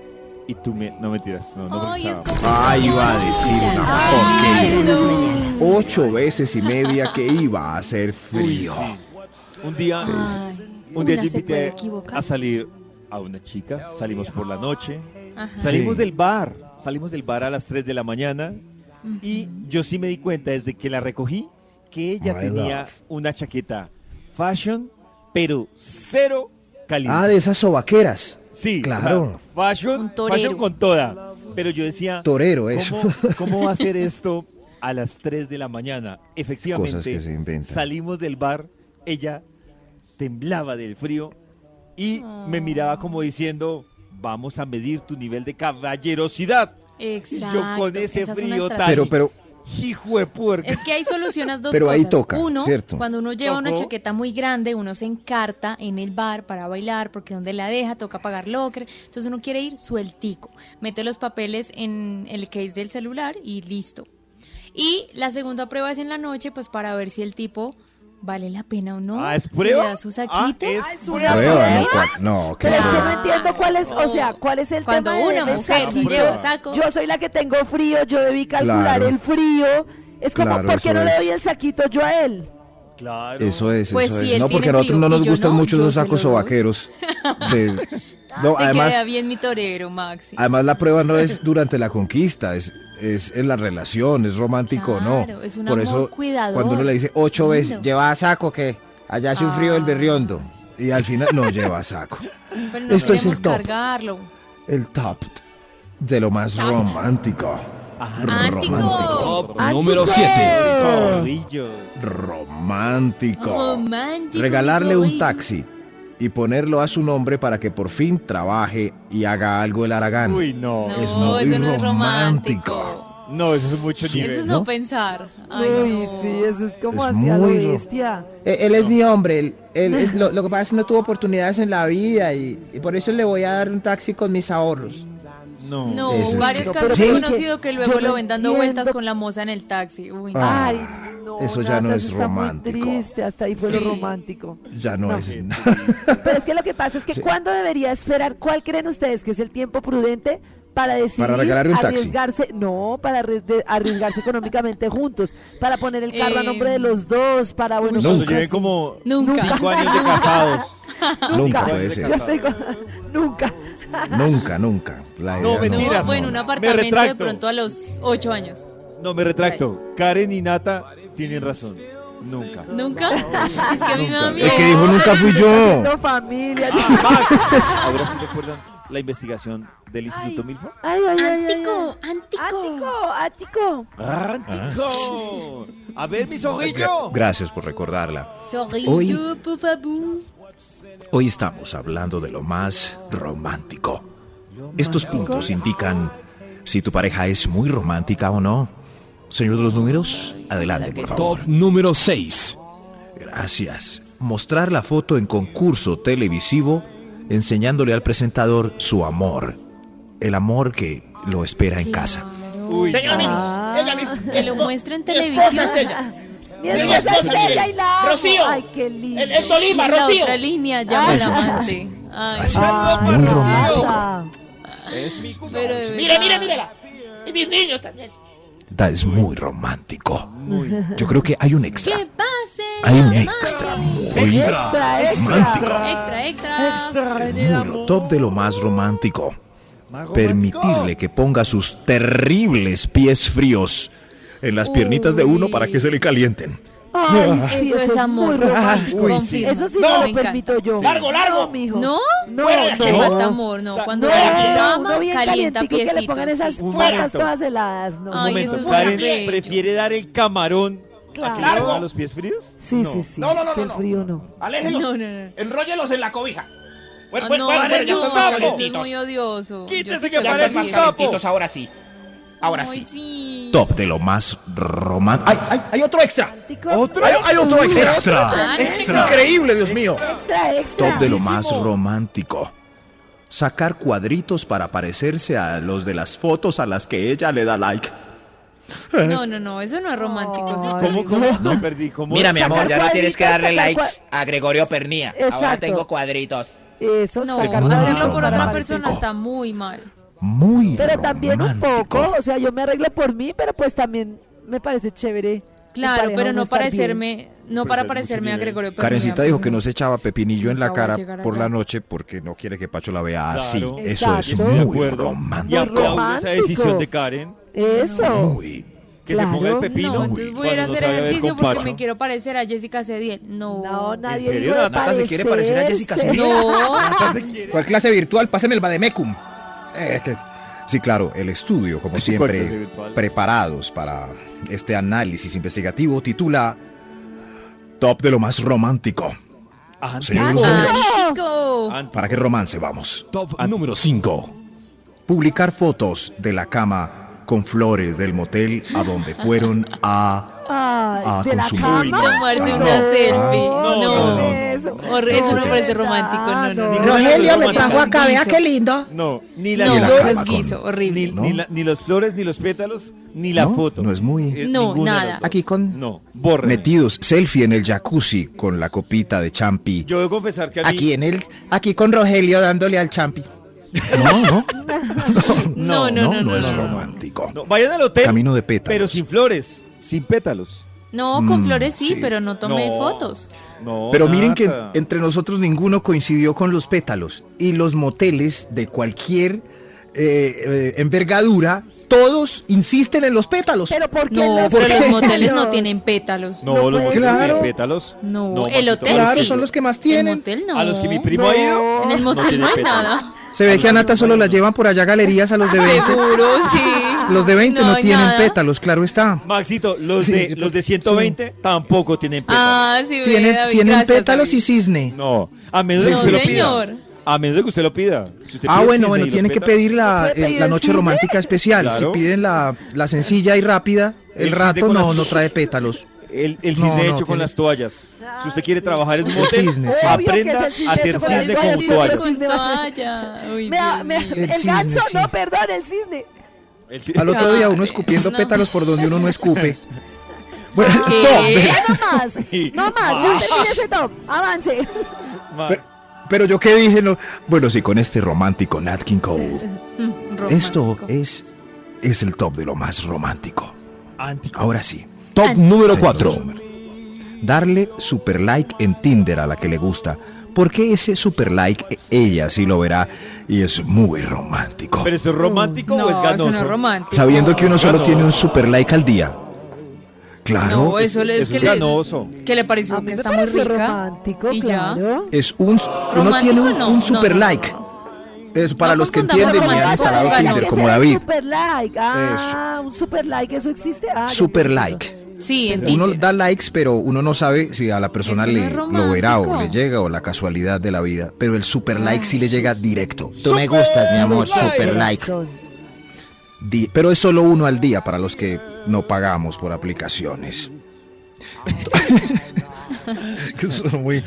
[SPEAKER 4] y tú me... No me tiras, no, no porque
[SPEAKER 3] Ay, es
[SPEAKER 4] estaba-
[SPEAKER 3] como-
[SPEAKER 2] Ay, iba a decir una
[SPEAKER 3] Ay,
[SPEAKER 2] porquería.
[SPEAKER 1] Las
[SPEAKER 3] no.
[SPEAKER 1] mañanas.
[SPEAKER 2] Ocho veces y media que iba a hacer
[SPEAKER 4] Uy,
[SPEAKER 2] frío.
[SPEAKER 4] sí. Un día,
[SPEAKER 3] Ay,
[SPEAKER 4] un día
[SPEAKER 3] una se
[SPEAKER 4] yo
[SPEAKER 3] puede
[SPEAKER 4] invité
[SPEAKER 3] equivocar.
[SPEAKER 4] a salir a una chica, salimos por la noche,
[SPEAKER 3] Ajá.
[SPEAKER 4] salimos
[SPEAKER 2] Sí.
[SPEAKER 4] del bar, salimos del bar a las 3 de la mañana
[SPEAKER 3] Mm.
[SPEAKER 4] y yo sí me di cuenta desde que la recogí que ella
[SPEAKER 2] My
[SPEAKER 4] tenía
[SPEAKER 2] love.
[SPEAKER 4] una chaqueta fashion, pero cero calidad.
[SPEAKER 2] Ah, de esas sobaqueras.
[SPEAKER 4] Sí,
[SPEAKER 2] Claro.
[SPEAKER 4] o sea, fashion,
[SPEAKER 3] Un torero.
[SPEAKER 4] fashion con toda. Pero yo decía,
[SPEAKER 2] Torero eso.
[SPEAKER 4] ¿cómo, ¿cómo va a hacer esto a las 3 de la mañana? Efectivamente,
[SPEAKER 2] Cosas que se inventan.
[SPEAKER 4] salimos del bar, ella temblaba del frío y me miraba
[SPEAKER 3] Ah.
[SPEAKER 4] como diciendo, vamos a medir tu nivel de caballerosidad.
[SPEAKER 3] Exacto.
[SPEAKER 4] con ese
[SPEAKER 3] esa es una
[SPEAKER 4] frío
[SPEAKER 3] estrategia.
[SPEAKER 4] tan-
[SPEAKER 2] Pero, pero,
[SPEAKER 4] Hijo de puerca.
[SPEAKER 3] Es que ahí solucionas dos
[SPEAKER 2] Pero ahí
[SPEAKER 3] cosas.
[SPEAKER 2] toca,
[SPEAKER 3] uno,
[SPEAKER 2] ¿cierto?
[SPEAKER 3] cuando uno lleva una
[SPEAKER 4] Tocó.
[SPEAKER 3] chaqueta muy grande, uno se encarta en el bar para bailar, porque donde la deja, toca pagar locker. Entonces uno quiere ir sueltico. Mete los papeles en el case del celular y listo. Y la segunda prueba es en la noche, pues para ver si el tipo vale la pena o no.
[SPEAKER 4] Ah, ¿es
[SPEAKER 3] Si
[SPEAKER 4] prueba?
[SPEAKER 3] le da su
[SPEAKER 4] Ah,
[SPEAKER 3] saquito.
[SPEAKER 4] es
[SPEAKER 5] Ah, es
[SPEAKER 4] prueba.
[SPEAKER 5] una
[SPEAKER 2] prueba, no,
[SPEAKER 5] prueba.
[SPEAKER 2] cua- no,
[SPEAKER 5] Pero es que no
[SPEAKER 3] Claro.
[SPEAKER 5] entiendo cuál es, o sea, cuál es el
[SPEAKER 3] Cuando
[SPEAKER 5] tema de
[SPEAKER 3] una
[SPEAKER 5] del
[SPEAKER 3] mujer
[SPEAKER 5] saquillo.
[SPEAKER 3] lleva saco.
[SPEAKER 5] Yo soy la que tengo frío, yo debí calcular
[SPEAKER 2] Claro.
[SPEAKER 5] el frío. Es como,
[SPEAKER 2] Claro,
[SPEAKER 5] ¿por qué
[SPEAKER 2] eso
[SPEAKER 5] no le
[SPEAKER 2] es.
[SPEAKER 5] doy el saquito yo a él?
[SPEAKER 4] Claro.
[SPEAKER 2] Eso es,
[SPEAKER 3] Pues
[SPEAKER 2] eso
[SPEAKER 3] si
[SPEAKER 2] es.
[SPEAKER 3] él
[SPEAKER 2] No, porque a
[SPEAKER 3] tiene
[SPEAKER 2] nosotros no
[SPEAKER 3] frío
[SPEAKER 2] nos
[SPEAKER 3] y yo
[SPEAKER 2] gustan
[SPEAKER 3] no,
[SPEAKER 2] mucho
[SPEAKER 3] yo
[SPEAKER 2] esos
[SPEAKER 3] se
[SPEAKER 2] sacos
[SPEAKER 3] lo doy.
[SPEAKER 2] sobaqueros. de- no,
[SPEAKER 3] Ah, Te
[SPEAKER 2] además, ah,
[SPEAKER 3] queda bien mi torero, Maxi.
[SPEAKER 2] además la prueba no es durante la conquista, es, es en la relación, es romántico o
[SPEAKER 3] Claro,
[SPEAKER 2] no.
[SPEAKER 3] es un
[SPEAKER 2] Por
[SPEAKER 3] amor
[SPEAKER 2] eso,
[SPEAKER 3] cuidador.
[SPEAKER 2] cuando uno le dice ocho veces,
[SPEAKER 3] Lindo. Ah.
[SPEAKER 2] lleva saco que allá hace un frío el berriondo. Y al final no lleva saco.
[SPEAKER 3] Pero no
[SPEAKER 2] esto es el
[SPEAKER 3] queremos
[SPEAKER 2] top.
[SPEAKER 3] cargarlo.
[SPEAKER 2] El top de lo más romántico. Romántico.
[SPEAKER 3] ¡Ántico!
[SPEAKER 6] Top número
[SPEAKER 5] ¡Ántico!
[SPEAKER 6] 7.
[SPEAKER 4] Zorrillo.
[SPEAKER 2] Romántico.
[SPEAKER 3] Oh, Romántico,
[SPEAKER 2] Regalarle
[SPEAKER 3] soy.
[SPEAKER 2] un taxi y ponerlo a su nombre para que por fin trabaje y haga algo el Aragán.
[SPEAKER 4] Uy, no.
[SPEAKER 3] No,
[SPEAKER 2] Es muy
[SPEAKER 3] eso no es
[SPEAKER 2] romántico.
[SPEAKER 3] romántico.
[SPEAKER 4] No, eso es mucho
[SPEAKER 2] Sí.
[SPEAKER 4] nivel.
[SPEAKER 3] Eso es
[SPEAKER 2] ¿no?
[SPEAKER 3] no pensar. Ay,
[SPEAKER 5] Uy,
[SPEAKER 3] no.
[SPEAKER 5] sí, eso es como
[SPEAKER 2] Es
[SPEAKER 5] hacia
[SPEAKER 2] muy
[SPEAKER 5] lo
[SPEAKER 2] ro-
[SPEAKER 5] bestia.
[SPEAKER 8] Eh, Él, es mi hombre, él, él es lo, lo que pasa es que no tuvo oportunidades en la vida y, y por eso le voy a dar un taxi con mis ahorros.
[SPEAKER 4] No.
[SPEAKER 3] No,
[SPEAKER 2] Ese es
[SPEAKER 3] varios
[SPEAKER 2] que-
[SPEAKER 3] casos
[SPEAKER 2] Sí.
[SPEAKER 3] he conocido que
[SPEAKER 5] Yo
[SPEAKER 3] luego
[SPEAKER 5] no
[SPEAKER 3] lo ven dando
[SPEAKER 5] entiendo.
[SPEAKER 3] vueltas con la moza en el taxi. Uy, no.
[SPEAKER 2] Ah,
[SPEAKER 5] Ay, no.
[SPEAKER 2] eso ya no
[SPEAKER 5] Nata,
[SPEAKER 2] es
[SPEAKER 5] está muy
[SPEAKER 2] romántico.
[SPEAKER 5] triste, hasta ahí fue
[SPEAKER 3] Sí.
[SPEAKER 5] lo romántico.
[SPEAKER 2] Ya no,
[SPEAKER 5] No.
[SPEAKER 2] es.
[SPEAKER 5] Pero es que lo que pasa es que ¿cuándo debería esperar? ¿Cuál creen ustedes que es el tiempo prudente para decidir
[SPEAKER 2] Para regalarle un taxi.
[SPEAKER 5] arriesgarse? No, para arries- de- arriesgarse económicamente juntos, para poner el carro a
[SPEAKER 3] Eh,
[SPEAKER 5] nombre de los dos, para bueno, pues,
[SPEAKER 4] Cuando
[SPEAKER 2] Nunca.
[SPEAKER 4] lleven
[SPEAKER 5] cosas-
[SPEAKER 4] como
[SPEAKER 3] Nunca.
[SPEAKER 4] cinco años de casados.
[SPEAKER 2] Nunca
[SPEAKER 4] Sí,
[SPEAKER 2] puede
[SPEAKER 4] sí,
[SPEAKER 2] ser.
[SPEAKER 5] Yo estoy con- nunca.
[SPEAKER 2] Nunca, nunca. La
[SPEAKER 4] No,
[SPEAKER 2] idea
[SPEAKER 4] mentiras.
[SPEAKER 3] bueno, un apartamento de
[SPEAKER 4] retracto.
[SPEAKER 3] pronto a los ocho años.
[SPEAKER 4] No, me retracto. Karen y Nata tienen razón. Nunca.
[SPEAKER 3] ¿Nunca? Es que a mí me da miedo.
[SPEAKER 2] El que dijo nunca fui yo.
[SPEAKER 5] No familia.
[SPEAKER 4] Ah, Max. Ahora sí recuerdan la investigación del Instituto Milford.
[SPEAKER 5] Ay, ay, ay, ay, ay.
[SPEAKER 3] Ántico, ántico.
[SPEAKER 5] Ático, ático.
[SPEAKER 4] ¡Rántico! Ah. A ver, mi zorrillo.
[SPEAKER 2] Gracias por recordarla.
[SPEAKER 3] Sorrillo, por favor.
[SPEAKER 2] Hoy estamos hablando de lo más romántico. Estos puntos indican si tu pareja es muy romántica o no. Señor de los números, adelante, por favor.
[SPEAKER 6] Top número 6.
[SPEAKER 2] Gracias. Mostrar la foto en concurso televisivo enseñándole al presentador su amor. El amor que lo espera en casa.
[SPEAKER 4] Uy,
[SPEAKER 9] Señor Mini,
[SPEAKER 5] Ah.
[SPEAKER 9] ella mi,
[SPEAKER 3] Que lo
[SPEAKER 9] espo-
[SPEAKER 3] muestra en
[SPEAKER 9] mi esposa es
[SPEAKER 3] televisión.
[SPEAKER 9] ella.
[SPEAKER 5] Mi esposa
[SPEAKER 9] Ella es
[SPEAKER 5] es
[SPEAKER 9] cosa,
[SPEAKER 5] bella y la amo.
[SPEAKER 9] Rocío.
[SPEAKER 5] Ay, qué lindo.
[SPEAKER 9] En, en
[SPEAKER 3] Y en
[SPEAKER 9] Tolima,
[SPEAKER 3] la
[SPEAKER 9] Rocío.
[SPEAKER 3] otra línea llama
[SPEAKER 2] Eso
[SPEAKER 3] al
[SPEAKER 2] es
[SPEAKER 3] amante.
[SPEAKER 2] así.
[SPEAKER 3] Ay,
[SPEAKER 2] Así
[SPEAKER 5] Ay,
[SPEAKER 2] es, muy romántico.
[SPEAKER 5] Nata.
[SPEAKER 3] pero de
[SPEAKER 9] Mire,
[SPEAKER 3] verdad.
[SPEAKER 9] mire, mírela. Y mis niños también.
[SPEAKER 2] Da- Es muy romántico. Yo creo que hay un extra.
[SPEAKER 3] Que pase.
[SPEAKER 2] Hay un
[SPEAKER 3] la
[SPEAKER 2] extra
[SPEAKER 3] madre.
[SPEAKER 2] muy
[SPEAKER 5] Extra,
[SPEAKER 2] romántico.
[SPEAKER 3] Extra,
[SPEAKER 5] extra.
[SPEAKER 3] extra.
[SPEAKER 2] Muy lo- top de lo más romántico. Permitirle que ponga sus terribles pies fríos en las piernitas de uno para que se le calienten.
[SPEAKER 5] Ay, sí,
[SPEAKER 3] Eso es amor.
[SPEAKER 5] muy romántico.
[SPEAKER 3] Uy, sí.
[SPEAKER 5] Eso sí
[SPEAKER 3] Me
[SPEAKER 5] no, lo
[SPEAKER 3] encanta.
[SPEAKER 5] permito yo.
[SPEAKER 9] Largo, largo.
[SPEAKER 5] No, mijo.
[SPEAKER 3] ¿No?
[SPEAKER 5] No,
[SPEAKER 9] Fuera,
[SPEAKER 3] Te
[SPEAKER 5] no.
[SPEAKER 3] falta amor, no. Cuando
[SPEAKER 5] No,
[SPEAKER 3] la
[SPEAKER 5] no,
[SPEAKER 3] dama
[SPEAKER 5] uno bien
[SPEAKER 3] calienta
[SPEAKER 5] calientico que
[SPEAKER 3] piecitos.
[SPEAKER 5] le pongan esas
[SPEAKER 4] Un
[SPEAKER 5] patas
[SPEAKER 4] momento.
[SPEAKER 5] todas heladas. No,
[SPEAKER 4] Un
[SPEAKER 3] Ay,
[SPEAKER 4] momento,
[SPEAKER 3] eso es muy
[SPEAKER 4] Karen
[SPEAKER 3] bello.
[SPEAKER 4] prefiere dar el camarón a que le
[SPEAKER 5] Claro.
[SPEAKER 4] pongan los pies fríos.
[SPEAKER 5] Sí,
[SPEAKER 4] No.
[SPEAKER 5] sí, sí.
[SPEAKER 9] No, no, no,
[SPEAKER 5] es que
[SPEAKER 9] no,
[SPEAKER 5] el frío no.
[SPEAKER 9] Aléjenlos.
[SPEAKER 3] No, no, no.
[SPEAKER 9] Enróllelos en la cobija. Pues, Bueno,
[SPEAKER 3] Ah,
[SPEAKER 9] bueno,
[SPEAKER 3] no,
[SPEAKER 9] bueno,
[SPEAKER 3] eres
[SPEAKER 9] bueno, ya
[SPEAKER 3] un
[SPEAKER 9] están
[SPEAKER 3] sapo,
[SPEAKER 9] más
[SPEAKER 3] eso es
[SPEAKER 9] calentitos.
[SPEAKER 3] muy odioso.
[SPEAKER 4] Quítese
[SPEAKER 3] Yo sí
[SPEAKER 4] que
[SPEAKER 3] creo
[SPEAKER 9] Ya están
[SPEAKER 4] parece un
[SPEAKER 9] más
[SPEAKER 4] sapo.
[SPEAKER 9] calentitos, ahora sí. Ahora
[SPEAKER 3] Ay,
[SPEAKER 9] sí.
[SPEAKER 3] sí.
[SPEAKER 2] Top de lo más romántico. ¡Ay, ay, hay otro extra!
[SPEAKER 9] Pues,
[SPEAKER 5] ¿Otro?
[SPEAKER 2] Hay, hay otro extra.
[SPEAKER 3] Claro.
[SPEAKER 2] Increíble, Dios mío.
[SPEAKER 5] Extra, extra.
[SPEAKER 2] Top de lo más romántico. Sacar cuadritos para parecerse a los de las fotos a las que ella le da like.
[SPEAKER 3] No, no, no, eso no es romántico. eso es
[SPEAKER 5] Ay.
[SPEAKER 4] ¿Cómo,
[SPEAKER 3] terrible.
[SPEAKER 4] cómo? Me perdí. ¿Cómo
[SPEAKER 9] Mira,
[SPEAKER 4] es?
[SPEAKER 9] mi amor, ya no
[SPEAKER 5] cuadritos,
[SPEAKER 9] tienes que darle
[SPEAKER 5] sacar
[SPEAKER 9] likes
[SPEAKER 5] cua-
[SPEAKER 9] a Gregorio Pernía. Ahora
[SPEAKER 5] Exacto.
[SPEAKER 9] tengo cuadritos.
[SPEAKER 5] Eso,
[SPEAKER 3] No,
[SPEAKER 5] sacar
[SPEAKER 2] cuadritos
[SPEAKER 3] hacerlo por
[SPEAKER 5] para
[SPEAKER 3] otra
[SPEAKER 5] parecer.
[SPEAKER 3] persona está muy mal.
[SPEAKER 2] Muy
[SPEAKER 5] Pero también un
[SPEAKER 2] romántico.
[SPEAKER 5] poco, o sea, yo me arreglo por mí, pero pues también me parece chévere. en
[SPEAKER 3] Claro,
[SPEAKER 5] pareja
[SPEAKER 3] pero
[SPEAKER 5] uno
[SPEAKER 3] no
[SPEAKER 5] estar bien.
[SPEAKER 3] parecerme, no
[SPEAKER 4] Pero
[SPEAKER 3] para
[SPEAKER 4] es mucho
[SPEAKER 3] parecerme a
[SPEAKER 4] nivel.
[SPEAKER 3] Gregorio Pernía.
[SPEAKER 2] Pues Karencita dijo que no se echaba pepinillo en la
[SPEAKER 3] Nunca voy a
[SPEAKER 2] cara
[SPEAKER 3] llegar
[SPEAKER 2] por
[SPEAKER 3] allá.
[SPEAKER 2] la noche porque no quiere que Pacho la vea
[SPEAKER 4] Claro.
[SPEAKER 2] así. Ah, Eso
[SPEAKER 5] Exacto.
[SPEAKER 2] es
[SPEAKER 4] Estoy de
[SPEAKER 2] muy
[SPEAKER 4] acuerdo. Y
[SPEAKER 5] Muy
[SPEAKER 2] romántico.
[SPEAKER 4] aplaudo esa decisión
[SPEAKER 5] romántico.
[SPEAKER 4] de Karen.
[SPEAKER 5] Eso.
[SPEAKER 2] Muy.
[SPEAKER 4] Que se ponga el
[SPEAKER 5] Claro.
[SPEAKER 4] pepino.
[SPEAKER 3] No,
[SPEAKER 4] Uy,
[SPEAKER 3] entonces voy a ir a
[SPEAKER 4] cuando
[SPEAKER 3] hacer
[SPEAKER 4] no sabe ver
[SPEAKER 3] ejercicio
[SPEAKER 4] con
[SPEAKER 3] porque
[SPEAKER 4] Pacho.
[SPEAKER 3] me quiero parecer a Jessica Cediel. No.
[SPEAKER 5] No, nadie
[SPEAKER 4] serio,
[SPEAKER 5] dijo de
[SPEAKER 4] Nata
[SPEAKER 2] Nata se quiere parecer a Jessica Simpson.
[SPEAKER 3] No.
[SPEAKER 8] ¿Cuál clase virtual? Pásame el Bademecum.
[SPEAKER 2] Eh, que- Sí, claro, el estudio, como
[SPEAKER 4] Sí, cuál es el
[SPEAKER 2] siempre,
[SPEAKER 4] virtual.
[SPEAKER 2] preparados para este análisis investigativo, titula Top de lo más romántico.
[SPEAKER 4] Ah,
[SPEAKER 2] Señor
[SPEAKER 4] no.
[SPEAKER 2] González.
[SPEAKER 3] Ay, chico.
[SPEAKER 4] Ah,
[SPEAKER 2] ¿Para qué romance vamos?
[SPEAKER 6] Top número 5.
[SPEAKER 2] Publicar fotos de la cama con flores del motel a donde fueron a...
[SPEAKER 5] Ay,
[SPEAKER 2] Ah,
[SPEAKER 5] de la
[SPEAKER 2] consumó.
[SPEAKER 5] cama.
[SPEAKER 3] Tomarse
[SPEAKER 2] una
[SPEAKER 3] selfie.
[SPEAKER 4] Ah, No,
[SPEAKER 5] no,
[SPEAKER 2] no.
[SPEAKER 5] eso.
[SPEAKER 3] Horri- eso no
[SPEAKER 5] de
[SPEAKER 3] parece
[SPEAKER 5] verdad,
[SPEAKER 3] romántico, no, no, no.
[SPEAKER 7] Rogelio me trajo
[SPEAKER 3] romántico.
[SPEAKER 7] acá, vea qué lindo.
[SPEAKER 4] No, ni la,
[SPEAKER 3] No,
[SPEAKER 2] la
[SPEAKER 3] eso
[SPEAKER 2] cama
[SPEAKER 3] es
[SPEAKER 2] con-
[SPEAKER 3] guiso,
[SPEAKER 4] ni,
[SPEAKER 3] horrible.
[SPEAKER 2] ¿no?
[SPEAKER 4] ni la- ni los flores, ni los pétalos, ni la
[SPEAKER 2] ¿No?
[SPEAKER 4] foto.
[SPEAKER 2] No es muy...
[SPEAKER 4] Eh,
[SPEAKER 3] No,
[SPEAKER 4] ninguna de
[SPEAKER 3] nada.
[SPEAKER 4] las dos.
[SPEAKER 8] Aquí con.
[SPEAKER 4] No, borre.
[SPEAKER 2] Metidos, selfie en el jacuzzi con la copita de champi.
[SPEAKER 4] Yo debo confesar que a mí...
[SPEAKER 8] Aquí en el. Aquí con Rogelio dándole al champi.
[SPEAKER 2] No, no,
[SPEAKER 3] No, no, no, no,
[SPEAKER 2] es
[SPEAKER 3] no, no.
[SPEAKER 2] romántico.
[SPEAKER 4] No, vayan al hotel,
[SPEAKER 2] Camino de pétalos.
[SPEAKER 4] pero sin flores, sin pétalos.
[SPEAKER 3] No, con
[SPEAKER 2] Mm,
[SPEAKER 3] flores sí,
[SPEAKER 2] sí.
[SPEAKER 3] pero no tomé
[SPEAKER 4] No.
[SPEAKER 3] fotos.
[SPEAKER 4] No,
[SPEAKER 2] Pero miren que
[SPEAKER 4] nada.
[SPEAKER 2] entre nosotros ninguno coincidió con los pétalos y los moteles de cualquier eh, eh, envergadura, todos insisten en los pétalos.
[SPEAKER 5] Pero ¿por qué
[SPEAKER 3] No,
[SPEAKER 5] los
[SPEAKER 3] pero los
[SPEAKER 5] pétalos?
[SPEAKER 3] moteles no tienen pétalos.
[SPEAKER 4] No,
[SPEAKER 5] No
[SPEAKER 4] los
[SPEAKER 5] puede
[SPEAKER 4] moteles no
[SPEAKER 8] ser.
[SPEAKER 4] tienen pétalos.
[SPEAKER 3] No,
[SPEAKER 4] No,
[SPEAKER 3] el
[SPEAKER 4] Maxito,
[SPEAKER 3] hotel
[SPEAKER 8] Claro,
[SPEAKER 3] sí.
[SPEAKER 8] son los que más
[SPEAKER 3] El
[SPEAKER 8] tienen.
[SPEAKER 3] motel no.
[SPEAKER 4] A los que mi primo ha ido.
[SPEAKER 3] En el motel
[SPEAKER 4] tiene
[SPEAKER 3] no, hay
[SPEAKER 4] pétalos.
[SPEAKER 3] nada.
[SPEAKER 8] Se ve que a Nata solo la llevan por allá a galerías a los de 20.
[SPEAKER 3] Seguro, sí.
[SPEAKER 8] Los de 20 no,
[SPEAKER 3] hay
[SPEAKER 8] tienen
[SPEAKER 3] nada.
[SPEAKER 8] pétalos, claro está.
[SPEAKER 4] Maxito, los,
[SPEAKER 8] Sí,
[SPEAKER 4] de,
[SPEAKER 8] yo-
[SPEAKER 4] los de 120 tampoco tienen pétalos.
[SPEAKER 3] Ah, sí, ve,
[SPEAKER 8] Tienen,
[SPEAKER 3] David,
[SPEAKER 8] tienen
[SPEAKER 3] gracias,
[SPEAKER 8] pétalos
[SPEAKER 3] David.
[SPEAKER 8] y cisne.
[SPEAKER 4] No, a menos de que
[SPEAKER 8] No,
[SPEAKER 4] usted lo
[SPEAKER 3] señor.
[SPEAKER 4] pida. A menos de que usted lo pida. Si usted
[SPEAKER 8] Ah,
[SPEAKER 4] pide
[SPEAKER 8] bueno,
[SPEAKER 4] cisne y
[SPEAKER 8] bueno,
[SPEAKER 4] los
[SPEAKER 8] tienen que
[SPEAKER 4] pétalos-
[SPEAKER 8] pedir la,
[SPEAKER 5] ¿Se puede
[SPEAKER 8] eh,
[SPEAKER 5] pedir
[SPEAKER 8] la
[SPEAKER 5] el
[SPEAKER 8] noche
[SPEAKER 5] cisne?
[SPEAKER 8] romántica especial.
[SPEAKER 4] Claro.
[SPEAKER 8] Si piden la, la sencilla y rápida, el,
[SPEAKER 4] El cisne
[SPEAKER 8] rato
[SPEAKER 4] con
[SPEAKER 8] no,
[SPEAKER 4] las-
[SPEAKER 8] no trae pétalos.
[SPEAKER 4] El, el
[SPEAKER 8] No,
[SPEAKER 4] cisne
[SPEAKER 8] no,
[SPEAKER 4] hecho con
[SPEAKER 8] tiene-
[SPEAKER 4] las toallas. Si usted quiere
[SPEAKER 5] sí.
[SPEAKER 4] trabajar en un
[SPEAKER 8] El
[SPEAKER 4] hotel,
[SPEAKER 8] cisne, sí.
[SPEAKER 5] Obvio que es el
[SPEAKER 4] aprenda
[SPEAKER 5] cisne
[SPEAKER 4] a hacer
[SPEAKER 5] hecho con las
[SPEAKER 4] cisne
[SPEAKER 5] toallas,
[SPEAKER 4] con
[SPEAKER 5] cisne
[SPEAKER 4] toallas.
[SPEAKER 5] con-
[SPEAKER 3] toalla. Uy,
[SPEAKER 5] Me-
[SPEAKER 3] Dios
[SPEAKER 5] me-
[SPEAKER 3] mío.
[SPEAKER 8] El
[SPEAKER 5] el
[SPEAKER 8] cisne,
[SPEAKER 5] ganso,
[SPEAKER 8] sí.
[SPEAKER 5] no, perdón, el cisne.
[SPEAKER 4] El cisne-
[SPEAKER 8] Al otro día uno
[SPEAKER 3] Ay,
[SPEAKER 8] escupiendo
[SPEAKER 3] no.
[SPEAKER 8] pétalos por donde uno no escupe. Bueno,
[SPEAKER 3] ¿Qué? ¿Eh?
[SPEAKER 5] Ya no más,
[SPEAKER 4] Sí.
[SPEAKER 5] no más, yo terminé ese top, avance.
[SPEAKER 4] Ma-
[SPEAKER 2] Pero- Pero yo qué dije, no. Bueno, sí, con este romántico Nat King Cole.
[SPEAKER 3] Mm, romántico.
[SPEAKER 2] Esto es, es el top de lo más romántico.
[SPEAKER 8] Ah,
[SPEAKER 4] Antico.
[SPEAKER 2] Ahora sí.
[SPEAKER 6] Top número
[SPEAKER 2] señor
[SPEAKER 6] 4.
[SPEAKER 2] Sommer. Darle super like en Tinder a la que le gusta. Porque ese super like eh, ella sí lo verá y es muy romántico.
[SPEAKER 4] ¿Pero eso es romántico
[SPEAKER 3] No,
[SPEAKER 4] o es
[SPEAKER 3] eso
[SPEAKER 4] ganoso?
[SPEAKER 3] no es romántico.
[SPEAKER 2] Sabiendo que uno solo
[SPEAKER 4] no.
[SPEAKER 2] tiene un super like al día. Claro.
[SPEAKER 3] No, eso le- es
[SPEAKER 4] eso
[SPEAKER 3] que
[SPEAKER 4] es ganoso.
[SPEAKER 3] le, que le pareció
[SPEAKER 5] A mí
[SPEAKER 3] que
[SPEAKER 5] me
[SPEAKER 3] está muy
[SPEAKER 5] parece
[SPEAKER 3] rica.
[SPEAKER 5] romántico,
[SPEAKER 3] y ya.
[SPEAKER 5] claro.
[SPEAKER 2] Es un uno
[SPEAKER 3] Romántico,
[SPEAKER 2] tiene un,
[SPEAKER 3] no,
[SPEAKER 2] un
[SPEAKER 3] no,
[SPEAKER 2] super
[SPEAKER 3] no, no,
[SPEAKER 2] like. Es para
[SPEAKER 3] No
[SPEAKER 2] los que
[SPEAKER 3] confundamos
[SPEAKER 2] entienden y
[SPEAKER 3] romántico
[SPEAKER 2] han
[SPEAKER 3] con
[SPEAKER 2] instalado
[SPEAKER 3] ganoso.
[SPEAKER 2] Tinder
[SPEAKER 5] Que
[SPEAKER 2] como
[SPEAKER 5] sea
[SPEAKER 2] David.
[SPEAKER 5] Super like, ah, un super like, eso existe. Ah, ya
[SPEAKER 2] Super
[SPEAKER 5] entiendo.
[SPEAKER 2] like.
[SPEAKER 3] Sí, en
[SPEAKER 2] Uno
[SPEAKER 3] Tinder.
[SPEAKER 2] da likes, pero uno no sabe si a la persona
[SPEAKER 3] Eso no
[SPEAKER 2] le
[SPEAKER 3] es
[SPEAKER 2] lo verá o le
[SPEAKER 3] romántico.
[SPEAKER 2] llega o la casualidad de la vida. Pero el super like sí le llega directo.
[SPEAKER 8] tú me gustas, mi amor,
[SPEAKER 4] Super
[SPEAKER 8] super
[SPEAKER 4] like.
[SPEAKER 8] like.
[SPEAKER 5] Son-
[SPEAKER 2] Di- pero es solo uno al día para los que no pagamos por aplicaciones. que son muy,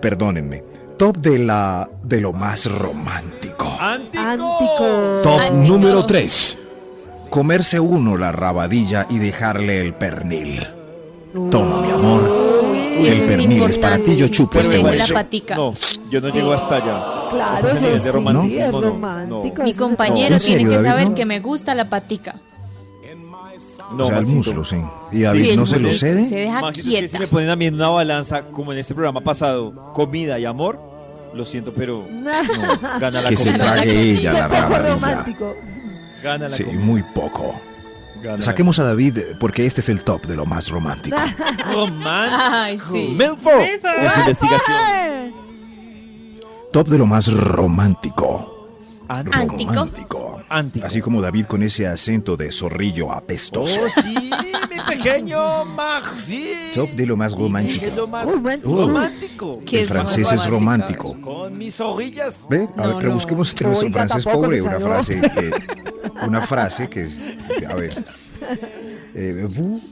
[SPEAKER 2] perdónenme. Top de la de lo más romántico.
[SPEAKER 3] Ah.
[SPEAKER 4] ¡Antico!
[SPEAKER 5] Antico.
[SPEAKER 6] Top
[SPEAKER 3] Ay,
[SPEAKER 6] número
[SPEAKER 3] no.
[SPEAKER 6] 3.
[SPEAKER 2] Comerse uno la rabadilla y dejarle el pernil. Toma, mi amor.
[SPEAKER 3] Uy,
[SPEAKER 2] el
[SPEAKER 3] eso es
[SPEAKER 2] pernil es para ti, yo
[SPEAKER 3] importante,
[SPEAKER 2] chupo
[SPEAKER 3] sí.
[SPEAKER 2] este
[SPEAKER 3] Tengo
[SPEAKER 2] hueso.
[SPEAKER 3] la patica.
[SPEAKER 4] No, yo no llego hasta allá.
[SPEAKER 5] Claro,
[SPEAKER 4] Ese
[SPEAKER 5] yo
[SPEAKER 4] nivel de
[SPEAKER 5] sí,
[SPEAKER 4] romanticismo,
[SPEAKER 5] es
[SPEAKER 4] no, no.
[SPEAKER 5] romántico.
[SPEAKER 3] Mi
[SPEAKER 5] eso se
[SPEAKER 3] compañero
[SPEAKER 2] ¿En
[SPEAKER 5] trata.
[SPEAKER 3] tiene
[SPEAKER 2] serio,
[SPEAKER 3] que
[SPEAKER 2] David,
[SPEAKER 3] saber
[SPEAKER 2] no?
[SPEAKER 3] que me gusta la patica.
[SPEAKER 4] No,
[SPEAKER 2] o sea, el
[SPEAKER 4] Maxito.
[SPEAKER 2] muslo, sí. ¿Y David
[SPEAKER 3] Sí, el
[SPEAKER 2] no se lo
[SPEAKER 3] burrito Se
[SPEAKER 2] cede?
[SPEAKER 3] deja
[SPEAKER 4] Maxito, es que si
[SPEAKER 3] quieta.
[SPEAKER 4] me ponen a mí en una balanza, como en este programa pasado, comida y amor, lo siento, pero no, gana la
[SPEAKER 2] Que se
[SPEAKER 4] comida.
[SPEAKER 3] trague
[SPEAKER 2] trague ella
[SPEAKER 5] Yo
[SPEAKER 2] la
[SPEAKER 5] poco
[SPEAKER 2] rabadilla.
[SPEAKER 5] romántico.
[SPEAKER 4] Gana la
[SPEAKER 2] Sí,
[SPEAKER 4] comida.
[SPEAKER 2] muy poco.
[SPEAKER 4] Gana la
[SPEAKER 2] Saquemos a David eh, porque este es el top de lo más romántico.
[SPEAKER 3] Ah.
[SPEAKER 4] comida. Romántico.
[SPEAKER 3] Ay, sí. Ah.
[SPEAKER 4] Milford. En su investigación.
[SPEAKER 2] Top de lo más romántico.
[SPEAKER 3] Antico.
[SPEAKER 2] Romántico.
[SPEAKER 3] Ah.
[SPEAKER 4] Antico.
[SPEAKER 2] Así como David con ese acento de zorrillo
[SPEAKER 4] Oh,
[SPEAKER 2] apestoso.
[SPEAKER 4] sí, mi pequeño Maxi.
[SPEAKER 2] Top de lo más
[SPEAKER 4] Oh. Es
[SPEAKER 2] romántico.
[SPEAKER 4] lo más
[SPEAKER 5] Romántico.
[SPEAKER 4] romántico.
[SPEAKER 3] Uh, ¿Qué
[SPEAKER 2] El
[SPEAKER 3] es lo más
[SPEAKER 2] francés es
[SPEAKER 3] romántico?
[SPEAKER 2] romántico.
[SPEAKER 4] Con mis orillas.
[SPEAKER 2] Ve, a
[SPEAKER 3] No,
[SPEAKER 2] ver, pero
[SPEAKER 3] no.
[SPEAKER 2] busquemos entre nuestro
[SPEAKER 5] Oiga,
[SPEAKER 2] francés
[SPEAKER 5] tampoco
[SPEAKER 2] pobre
[SPEAKER 5] se
[SPEAKER 2] una
[SPEAKER 5] salió.
[SPEAKER 2] frase que. Una frase que. es- A ver. Eh, vous,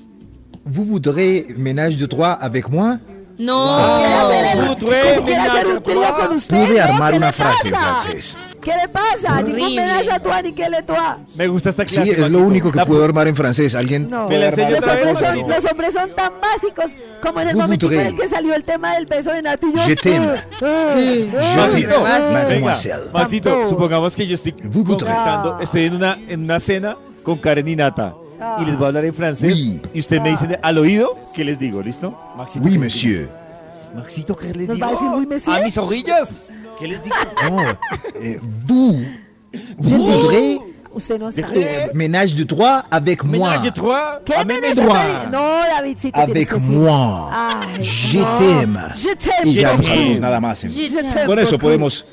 [SPEAKER 2] vous voudrez ménage de trois avec moi?
[SPEAKER 3] No.
[SPEAKER 5] Quiere hacer el-
[SPEAKER 4] Tú, tú eres
[SPEAKER 5] si quiere hacer un trío con usted.
[SPEAKER 2] Pude
[SPEAKER 5] ¿no?
[SPEAKER 2] armar
[SPEAKER 5] ¿Qué
[SPEAKER 2] una
[SPEAKER 5] le
[SPEAKER 2] frase en
[SPEAKER 5] pasa?
[SPEAKER 2] francés.
[SPEAKER 5] ¿Qué le pasa? Ningún
[SPEAKER 3] Horrible.
[SPEAKER 5] pedazo a Tuani, ¿qué le toa?
[SPEAKER 4] Me gusta esta
[SPEAKER 2] Sí,
[SPEAKER 4] clase.
[SPEAKER 2] es lo
[SPEAKER 4] Maxito.
[SPEAKER 2] único que
[SPEAKER 4] La-
[SPEAKER 2] puedo armar en francés. Alguien.
[SPEAKER 5] No.
[SPEAKER 4] Me la
[SPEAKER 2] puede
[SPEAKER 4] enseñó
[SPEAKER 2] armar
[SPEAKER 5] Los
[SPEAKER 4] otra
[SPEAKER 2] esa
[SPEAKER 4] vez,
[SPEAKER 5] hombres,
[SPEAKER 2] frase?
[SPEAKER 5] son,
[SPEAKER 4] Maxito.
[SPEAKER 5] los hombres son tan básicos como en el
[SPEAKER 2] Muy
[SPEAKER 5] momento en
[SPEAKER 2] bien.
[SPEAKER 5] el que salió el tema del beso de Nati. Yo, Ah,
[SPEAKER 2] Je t'aime.
[SPEAKER 6] Maxito,
[SPEAKER 4] Venga,
[SPEAKER 2] Mademoiselle.
[SPEAKER 4] Maxito, supongamos que yo estoy
[SPEAKER 2] Vous goûterez.
[SPEAKER 4] conquistando,
[SPEAKER 3] Ah.
[SPEAKER 4] estoy en una, en una cena con Karen y Nata y les voy a hablar en francés
[SPEAKER 2] Oui.
[SPEAKER 4] y usted
[SPEAKER 3] Ah.
[SPEAKER 4] me dice al oído qué les digo, ¿listo? Maxito,
[SPEAKER 2] Ah. Oui,
[SPEAKER 4] ¿qué-
[SPEAKER 2] monsieur.
[SPEAKER 4] Maxito, ¿qué les
[SPEAKER 5] Nos
[SPEAKER 4] digo?
[SPEAKER 5] va a decir, "Oui, monsieur".
[SPEAKER 4] A mis orillas. ¿Qué les digo?
[SPEAKER 2] Oh, eh, vous. Vous voudrez
[SPEAKER 5] Usted no sabe.
[SPEAKER 4] ¿Qué?
[SPEAKER 2] euh, ménage de trois avec moi.
[SPEAKER 4] Ménage de trois,
[SPEAKER 5] ¿Qué
[SPEAKER 4] a mes
[SPEAKER 5] menos
[SPEAKER 4] droits.
[SPEAKER 5] Natalie? No, David, sí te tienes
[SPEAKER 2] Avec
[SPEAKER 5] que Ah, decir. Ah,
[SPEAKER 2] moi.
[SPEAKER 5] Ay,
[SPEAKER 2] Je
[SPEAKER 5] no.
[SPEAKER 2] t'aime.
[SPEAKER 5] Je t'aime.
[SPEAKER 2] Y ya no
[SPEAKER 5] beaucoup.
[SPEAKER 2] sabemos nada más.
[SPEAKER 5] Je
[SPEAKER 3] Con
[SPEAKER 5] t'aime
[SPEAKER 2] Con eso
[SPEAKER 5] beaucoup.
[SPEAKER 2] podemos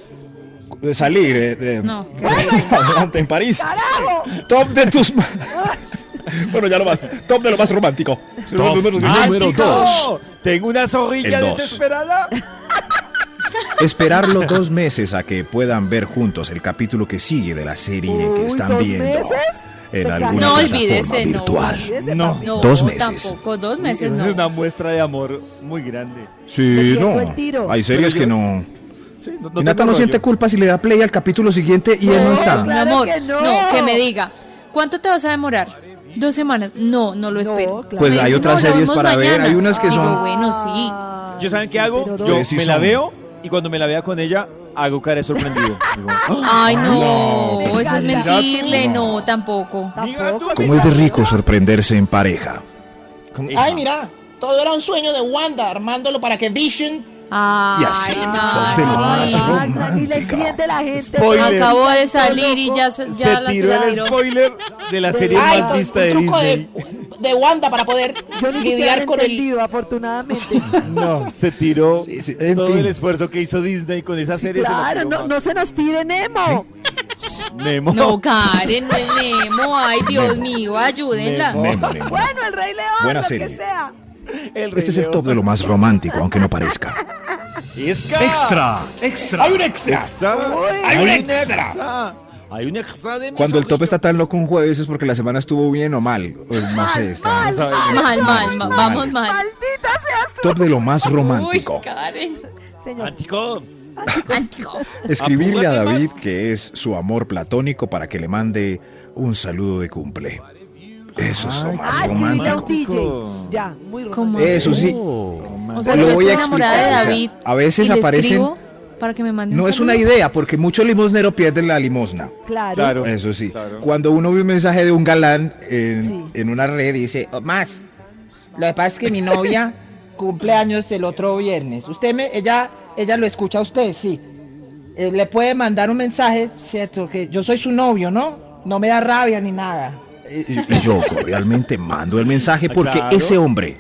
[SPEAKER 2] salir eh, de-
[SPEAKER 7] No.
[SPEAKER 2] adelante en París.
[SPEAKER 5] ¡Carajo!
[SPEAKER 2] Top de tus. ma- bueno, ya lo más. Top de lo más romántico.
[SPEAKER 6] Top número
[SPEAKER 4] Chico,
[SPEAKER 6] 2.
[SPEAKER 4] Tengo una zorrilla
[SPEAKER 2] El dos.
[SPEAKER 4] desesperada.
[SPEAKER 2] Esperarlo dos meses a que puedan ver juntos el capítulo que sigue de la serie que
[SPEAKER 5] Uy,
[SPEAKER 2] están
[SPEAKER 5] ¿dos
[SPEAKER 2] viendo
[SPEAKER 5] meses? Se
[SPEAKER 2] en alguna
[SPEAKER 5] exagera.
[SPEAKER 3] No,
[SPEAKER 2] plataforma
[SPEAKER 3] olvídese, no.
[SPEAKER 2] virtual.
[SPEAKER 5] Ese
[SPEAKER 4] No.
[SPEAKER 5] papi.
[SPEAKER 3] No,
[SPEAKER 2] Dos meses.
[SPEAKER 3] tampoco, dos meses
[SPEAKER 4] Esa Es
[SPEAKER 3] no.
[SPEAKER 4] una muestra de amor muy grande.
[SPEAKER 5] Te
[SPEAKER 2] Sí,
[SPEAKER 5] pierdo el tiro.
[SPEAKER 2] no. Hay series
[SPEAKER 4] Pero
[SPEAKER 2] que
[SPEAKER 4] yo-
[SPEAKER 2] no.
[SPEAKER 4] Sí, no,
[SPEAKER 2] Y Nata no
[SPEAKER 4] tengo
[SPEAKER 2] siente
[SPEAKER 4] rollo.
[SPEAKER 2] culpa si le da play al capítulo siguiente y él no está.
[SPEAKER 3] Mi
[SPEAKER 5] claro
[SPEAKER 3] amor,
[SPEAKER 5] que no.
[SPEAKER 3] no. que me diga, ¿cuánto te vas a demorar? Dos semanas. No, no lo
[SPEAKER 5] No,
[SPEAKER 3] espero.
[SPEAKER 5] claro.
[SPEAKER 2] Pues
[SPEAKER 3] Me
[SPEAKER 2] hay
[SPEAKER 3] dice,
[SPEAKER 2] otras
[SPEAKER 3] "No, la
[SPEAKER 2] series
[SPEAKER 3] vemos
[SPEAKER 2] para ver,
[SPEAKER 3] mañana".
[SPEAKER 2] hay unas que
[SPEAKER 3] Digo,
[SPEAKER 2] son-
[SPEAKER 3] bueno, sí.
[SPEAKER 4] ¿Yo saben qué hago?
[SPEAKER 5] Pero
[SPEAKER 4] Yo
[SPEAKER 2] Sí, sí
[SPEAKER 4] me la
[SPEAKER 2] son.
[SPEAKER 4] veo y cuando me la vea con ella, hago cara de sorprendido. Digo,
[SPEAKER 2] "Ah,
[SPEAKER 3] Ay, no,
[SPEAKER 5] No,
[SPEAKER 3] eso es
[SPEAKER 5] mira tú.
[SPEAKER 3] mentirle, no, tampoco.
[SPEAKER 5] Tampoco.
[SPEAKER 2] ¿Cómo es de rico sorprenderse en pareja?
[SPEAKER 9] Ay, mira, todo era un sueño de Wanda, armándolo para que Vision.
[SPEAKER 3] Ay,
[SPEAKER 2] Y así,
[SPEAKER 3] Maxi.
[SPEAKER 2] de más
[SPEAKER 5] Ah,
[SPEAKER 2] romántica.
[SPEAKER 5] aquí le entiende la gente.
[SPEAKER 4] Spoiler.
[SPEAKER 3] Acabo de salir y ya, se- ya
[SPEAKER 4] se
[SPEAKER 3] la
[SPEAKER 4] tiró el
[SPEAKER 3] tiró.
[SPEAKER 4] spoiler de la serie
[SPEAKER 9] Ay,
[SPEAKER 4] más
[SPEAKER 9] con-
[SPEAKER 4] vista
[SPEAKER 9] un
[SPEAKER 4] de
[SPEAKER 9] truco de,
[SPEAKER 4] Disney.
[SPEAKER 9] de Wanda para poder
[SPEAKER 5] Yo ni siquiera
[SPEAKER 9] lidiar
[SPEAKER 5] he
[SPEAKER 9] con el.
[SPEAKER 5] entendido, afortunadamente.
[SPEAKER 4] No, se tiró
[SPEAKER 2] Sí, sí, en
[SPEAKER 4] todo
[SPEAKER 2] fin.
[SPEAKER 4] el esfuerzo que hizo Disney con esa
[SPEAKER 5] Sí,
[SPEAKER 4] serie. se la
[SPEAKER 5] claro,
[SPEAKER 4] tiró
[SPEAKER 5] no,
[SPEAKER 4] más.
[SPEAKER 5] no se nos tire Nemo.
[SPEAKER 4] Nemo.
[SPEAKER 3] No, Karen, no es Nemo. Ay, Dios
[SPEAKER 2] Nemo.
[SPEAKER 3] mío, ayúdenla.
[SPEAKER 2] Nemo, Nemo.
[SPEAKER 5] Bueno, el Rey León,
[SPEAKER 2] Buena
[SPEAKER 5] lo que
[SPEAKER 2] serie.
[SPEAKER 5] sea.
[SPEAKER 4] El Rey
[SPEAKER 2] Este es el
[SPEAKER 4] León.
[SPEAKER 2] top de lo más romántico, aunque no parezca.
[SPEAKER 4] Esca.
[SPEAKER 9] Ah,
[SPEAKER 2] extra. Hay un extra.
[SPEAKER 4] Extra.
[SPEAKER 2] Hay un
[SPEAKER 4] extra. Hay un extra de mi
[SPEAKER 2] Cuando el top
[SPEAKER 4] zorrilla.
[SPEAKER 2] está tan loco un jueves es porque la semana estuvo bien o mal. O no sé, está.
[SPEAKER 5] mal,
[SPEAKER 2] no sabemos.
[SPEAKER 3] Mal, mal, mal, vamos mal.
[SPEAKER 5] Maldita seas tú.
[SPEAKER 2] Top de lo más romántico.
[SPEAKER 3] Uy, Karen.
[SPEAKER 5] Señor,
[SPEAKER 4] Antico.
[SPEAKER 3] Antico.
[SPEAKER 2] Escribirle a
[SPEAKER 4] Apúrate
[SPEAKER 2] David
[SPEAKER 4] más.
[SPEAKER 2] que es su amor platónico para que le mande un saludo de cumple. Eso es lo
[SPEAKER 5] ah,
[SPEAKER 2] más
[SPEAKER 5] escribirle a un
[SPEAKER 2] romántico.
[SPEAKER 5] DJ. Ya, muy
[SPEAKER 3] ¿Cómo
[SPEAKER 5] romántico.
[SPEAKER 2] Eso sí.
[SPEAKER 3] O sea,
[SPEAKER 2] Lo
[SPEAKER 3] yo
[SPEAKER 2] voy
[SPEAKER 3] estoy
[SPEAKER 2] a
[SPEAKER 3] enamorada
[SPEAKER 2] explicar,
[SPEAKER 3] de
[SPEAKER 2] o sea,
[SPEAKER 3] David.
[SPEAKER 2] a veces
[SPEAKER 3] y le
[SPEAKER 2] aparecen-
[SPEAKER 3] escribo Para que me mande un
[SPEAKER 2] No es una
[SPEAKER 3] saludo.
[SPEAKER 2] idea, porque mucho limosnero pierde la limosna.
[SPEAKER 5] Claro.
[SPEAKER 4] Claro.
[SPEAKER 2] Eso sí.
[SPEAKER 4] Claro.
[SPEAKER 2] Cuando uno ve un mensaje de un galán en,
[SPEAKER 5] Sí.
[SPEAKER 2] en una red y dice, "Oh,
[SPEAKER 7] O Más. Lo que pasa es que mi novia cumple años el otro viernes. Usted me, ella, ella lo escucha a usted, sí. Eh, le puede mandar un mensaje, cierto, que yo soy su novio, ¿no? No me da rabia ni nada.
[SPEAKER 2] y, y yo cordialmente mando el mensaje
[SPEAKER 4] Ah,
[SPEAKER 2] porque
[SPEAKER 4] claro.
[SPEAKER 2] ese hombre,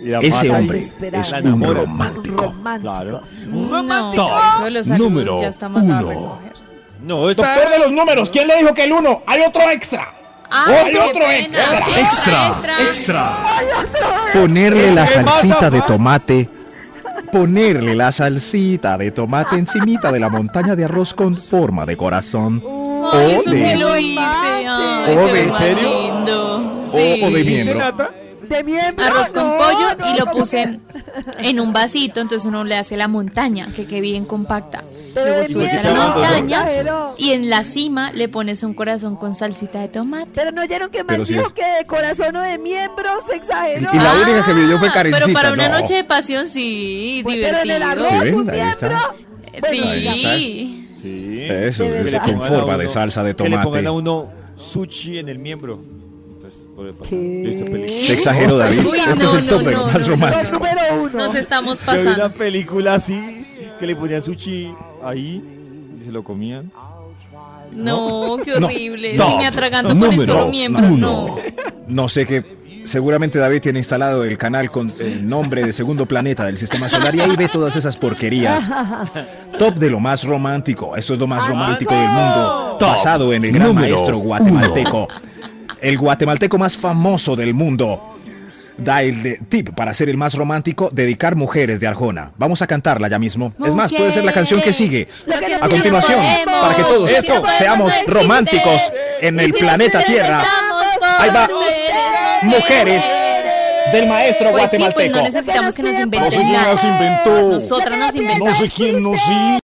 [SPEAKER 4] Y la
[SPEAKER 2] eh, ese
[SPEAKER 4] mata.
[SPEAKER 2] hombre
[SPEAKER 5] desesperada.
[SPEAKER 2] es
[SPEAKER 4] La
[SPEAKER 2] un
[SPEAKER 4] enamora.
[SPEAKER 2] romántico.
[SPEAKER 5] Romántico.
[SPEAKER 4] Claro.
[SPEAKER 3] No,
[SPEAKER 6] Top
[SPEAKER 3] eso de los saludos
[SPEAKER 6] número
[SPEAKER 3] ya está mandado a
[SPEAKER 6] uno.
[SPEAKER 3] recoger.
[SPEAKER 4] No, está.
[SPEAKER 9] Doctor de los números, ¿quién le dijo que el uno? Hay otro extra.
[SPEAKER 3] ¡Ay,
[SPEAKER 9] ¡Hay
[SPEAKER 3] qué
[SPEAKER 9] otro
[SPEAKER 5] eh,
[SPEAKER 3] pena!
[SPEAKER 9] extra!
[SPEAKER 3] extra,
[SPEAKER 6] extra.
[SPEAKER 2] Ponerle la
[SPEAKER 4] ¿Qué pasa,
[SPEAKER 2] salsita de
[SPEAKER 4] Juan?
[SPEAKER 2] tomate. Ponerle la salsita de tomate encimita de la montaña de arroz con forma de corazón.
[SPEAKER 3] Ay, eso sí
[SPEAKER 2] de-
[SPEAKER 3] lo hice. Ay,
[SPEAKER 2] O
[SPEAKER 3] se
[SPEAKER 2] de-
[SPEAKER 3] ve más
[SPEAKER 2] ¿En serio?
[SPEAKER 3] lindo.
[SPEAKER 2] O-
[SPEAKER 3] Sí.
[SPEAKER 2] o de
[SPEAKER 4] ¿Hiciste,
[SPEAKER 2] miembro.
[SPEAKER 4] Nata?
[SPEAKER 5] De miembro.
[SPEAKER 3] Arroz con
[SPEAKER 5] no,
[SPEAKER 3] pollo
[SPEAKER 5] no,
[SPEAKER 3] y lo
[SPEAKER 5] ¿cómo
[SPEAKER 3] puse
[SPEAKER 5] que?
[SPEAKER 3] en, en un vasito, entonces uno le hace la montaña, que quede bien compacta.
[SPEAKER 5] Pero
[SPEAKER 3] Luego
[SPEAKER 5] de
[SPEAKER 3] suelta
[SPEAKER 4] miembro,
[SPEAKER 3] la montaña
[SPEAKER 5] exageró.
[SPEAKER 3] y en la cima le pones un corazón con salsita de tomate.
[SPEAKER 5] Pero no oyeron que
[SPEAKER 2] Pero
[SPEAKER 5] más
[SPEAKER 2] sí
[SPEAKER 5] dijo
[SPEAKER 2] es-
[SPEAKER 5] que de corazón o de miembro se exageró.
[SPEAKER 2] Y- y la única que me dio fue Karencita,
[SPEAKER 3] Ah, Pero para una
[SPEAKER 2] no.
[SPEAKER 3] noche de pasión, sí,
[SPEAKER 5] Pues, pero
[SPEAKER 3] divertido.
[SPEAKER 5] en el arroz,
[SPEAKER 2] ¿Sí ven?
[SPEAKER 5] un
[SPEAKER 2] Ahí está.
[SPEAKER 5] miembro. Bueno,
[SPEAKER 3] Eh, sí.
[SPEAKER 4] Sí.
[SPEAKER 2] Eso,
[SPEAKER 5] De
[SPEAKER 2] es
[SPEAKER 5] verdad.
[SPEAKER 2] con forma de salsa de
[SPEAKER 4] Que le pongan a
[SPEAKER 2] tomate.
[SPEAKER 4] uno sushi en el miembro. Entonces, por el pasado.
[SPEAKER 5] ¿Qué?
[SPEAKER 4] Yo he visto películas.
[SPEAKER 2] Se exageró, David.
[SPEAKER 3] Uy,
[SPEAKER 2] este
[SPEAKER 3] no,
[SPEAKER 2] es el top
[SPEAKER 3] no,
[SPEAKER 2] de lo
[SPEAKER 3] no,
[SPEAKER 2] más
[SPEAKER 3] no,
[SPEAKER 2] romántico.
[SPEAKER 5] Lo número uno.
[SPEAKER 3] Nos estamos
[SPEAKER 4] Yo vi una
[SPEAKER 3] pasando.
[SPEAKER 4] película así que le ponían sushi ahí y se lo comían.
[SPEAKER 3] No, qué horrible.
[SPEAKER 2] No.
[SPEAKER 3] Si Eh, me atraganto con el
[SPEAKER 6] Número
[SPEAKER 3] solo miembro,
[SPEAKER 6] uno.
[SPEAKER 3] no.
[SPEAKER 2] No sé qué. Seguramente David tiene instalado el canal con el nombre de segundo planeta del sistema solar y ahí ve todas esas porquerías. Top de lo más romántico. Esto es lo más romántico del mundo.
[SPEAKER 6] Top
[SPEAKER 2] Basado en el gran
[SPEAKER 6] número
[SPEAKER 2] maestro guatemalteco. El guatemalteco más famoso del mundo. Da el de- tip para ser el más romántico, dedicar mujeres de Arjona. Vamos a cantarla ya mismo. Es más, puede ser la canción que sigue.
[SPEAKER 5] Lo que
[SPEAKER 2] A
[SPEAKER 5] no
[SPEAKER 2] continuación,
[SPEAKER 5] podemos,
[SPEAKER 2] para que todos
[SPEAKER 5] lo que no podemos
[SPEAKER 2] seamos
[SPEAKER 5] no existe.
[SPEAKER 2] románticos en
[SPEAKER 3] Y
[SPEAKER 2] el
[SPEAKER 3] si
[SPEAKER 2] planeta
[SPEAKER 3] nos
[SPEAKER 2] Tierra.
[SPEAKER 3] presentamos
[SPEAKER 2] Ahí va.
[SPEAKER 3] por seres
[SPEAKER 2] Mujeres del maestro
[SPEAKER 3] Pues sí, pues
[SPEAKER 2] guatemalteco.
[SPEAKER 3] no necesitamos que nos inventen
[SPEAKER 2] No sé quién
[SPEAKER 3] nada.
[SPEAKER 2] nos inventó.
[SPEAKER 3] Nosotras nos inventamos.
[SPEAKER 2] no sé quién nos hizo.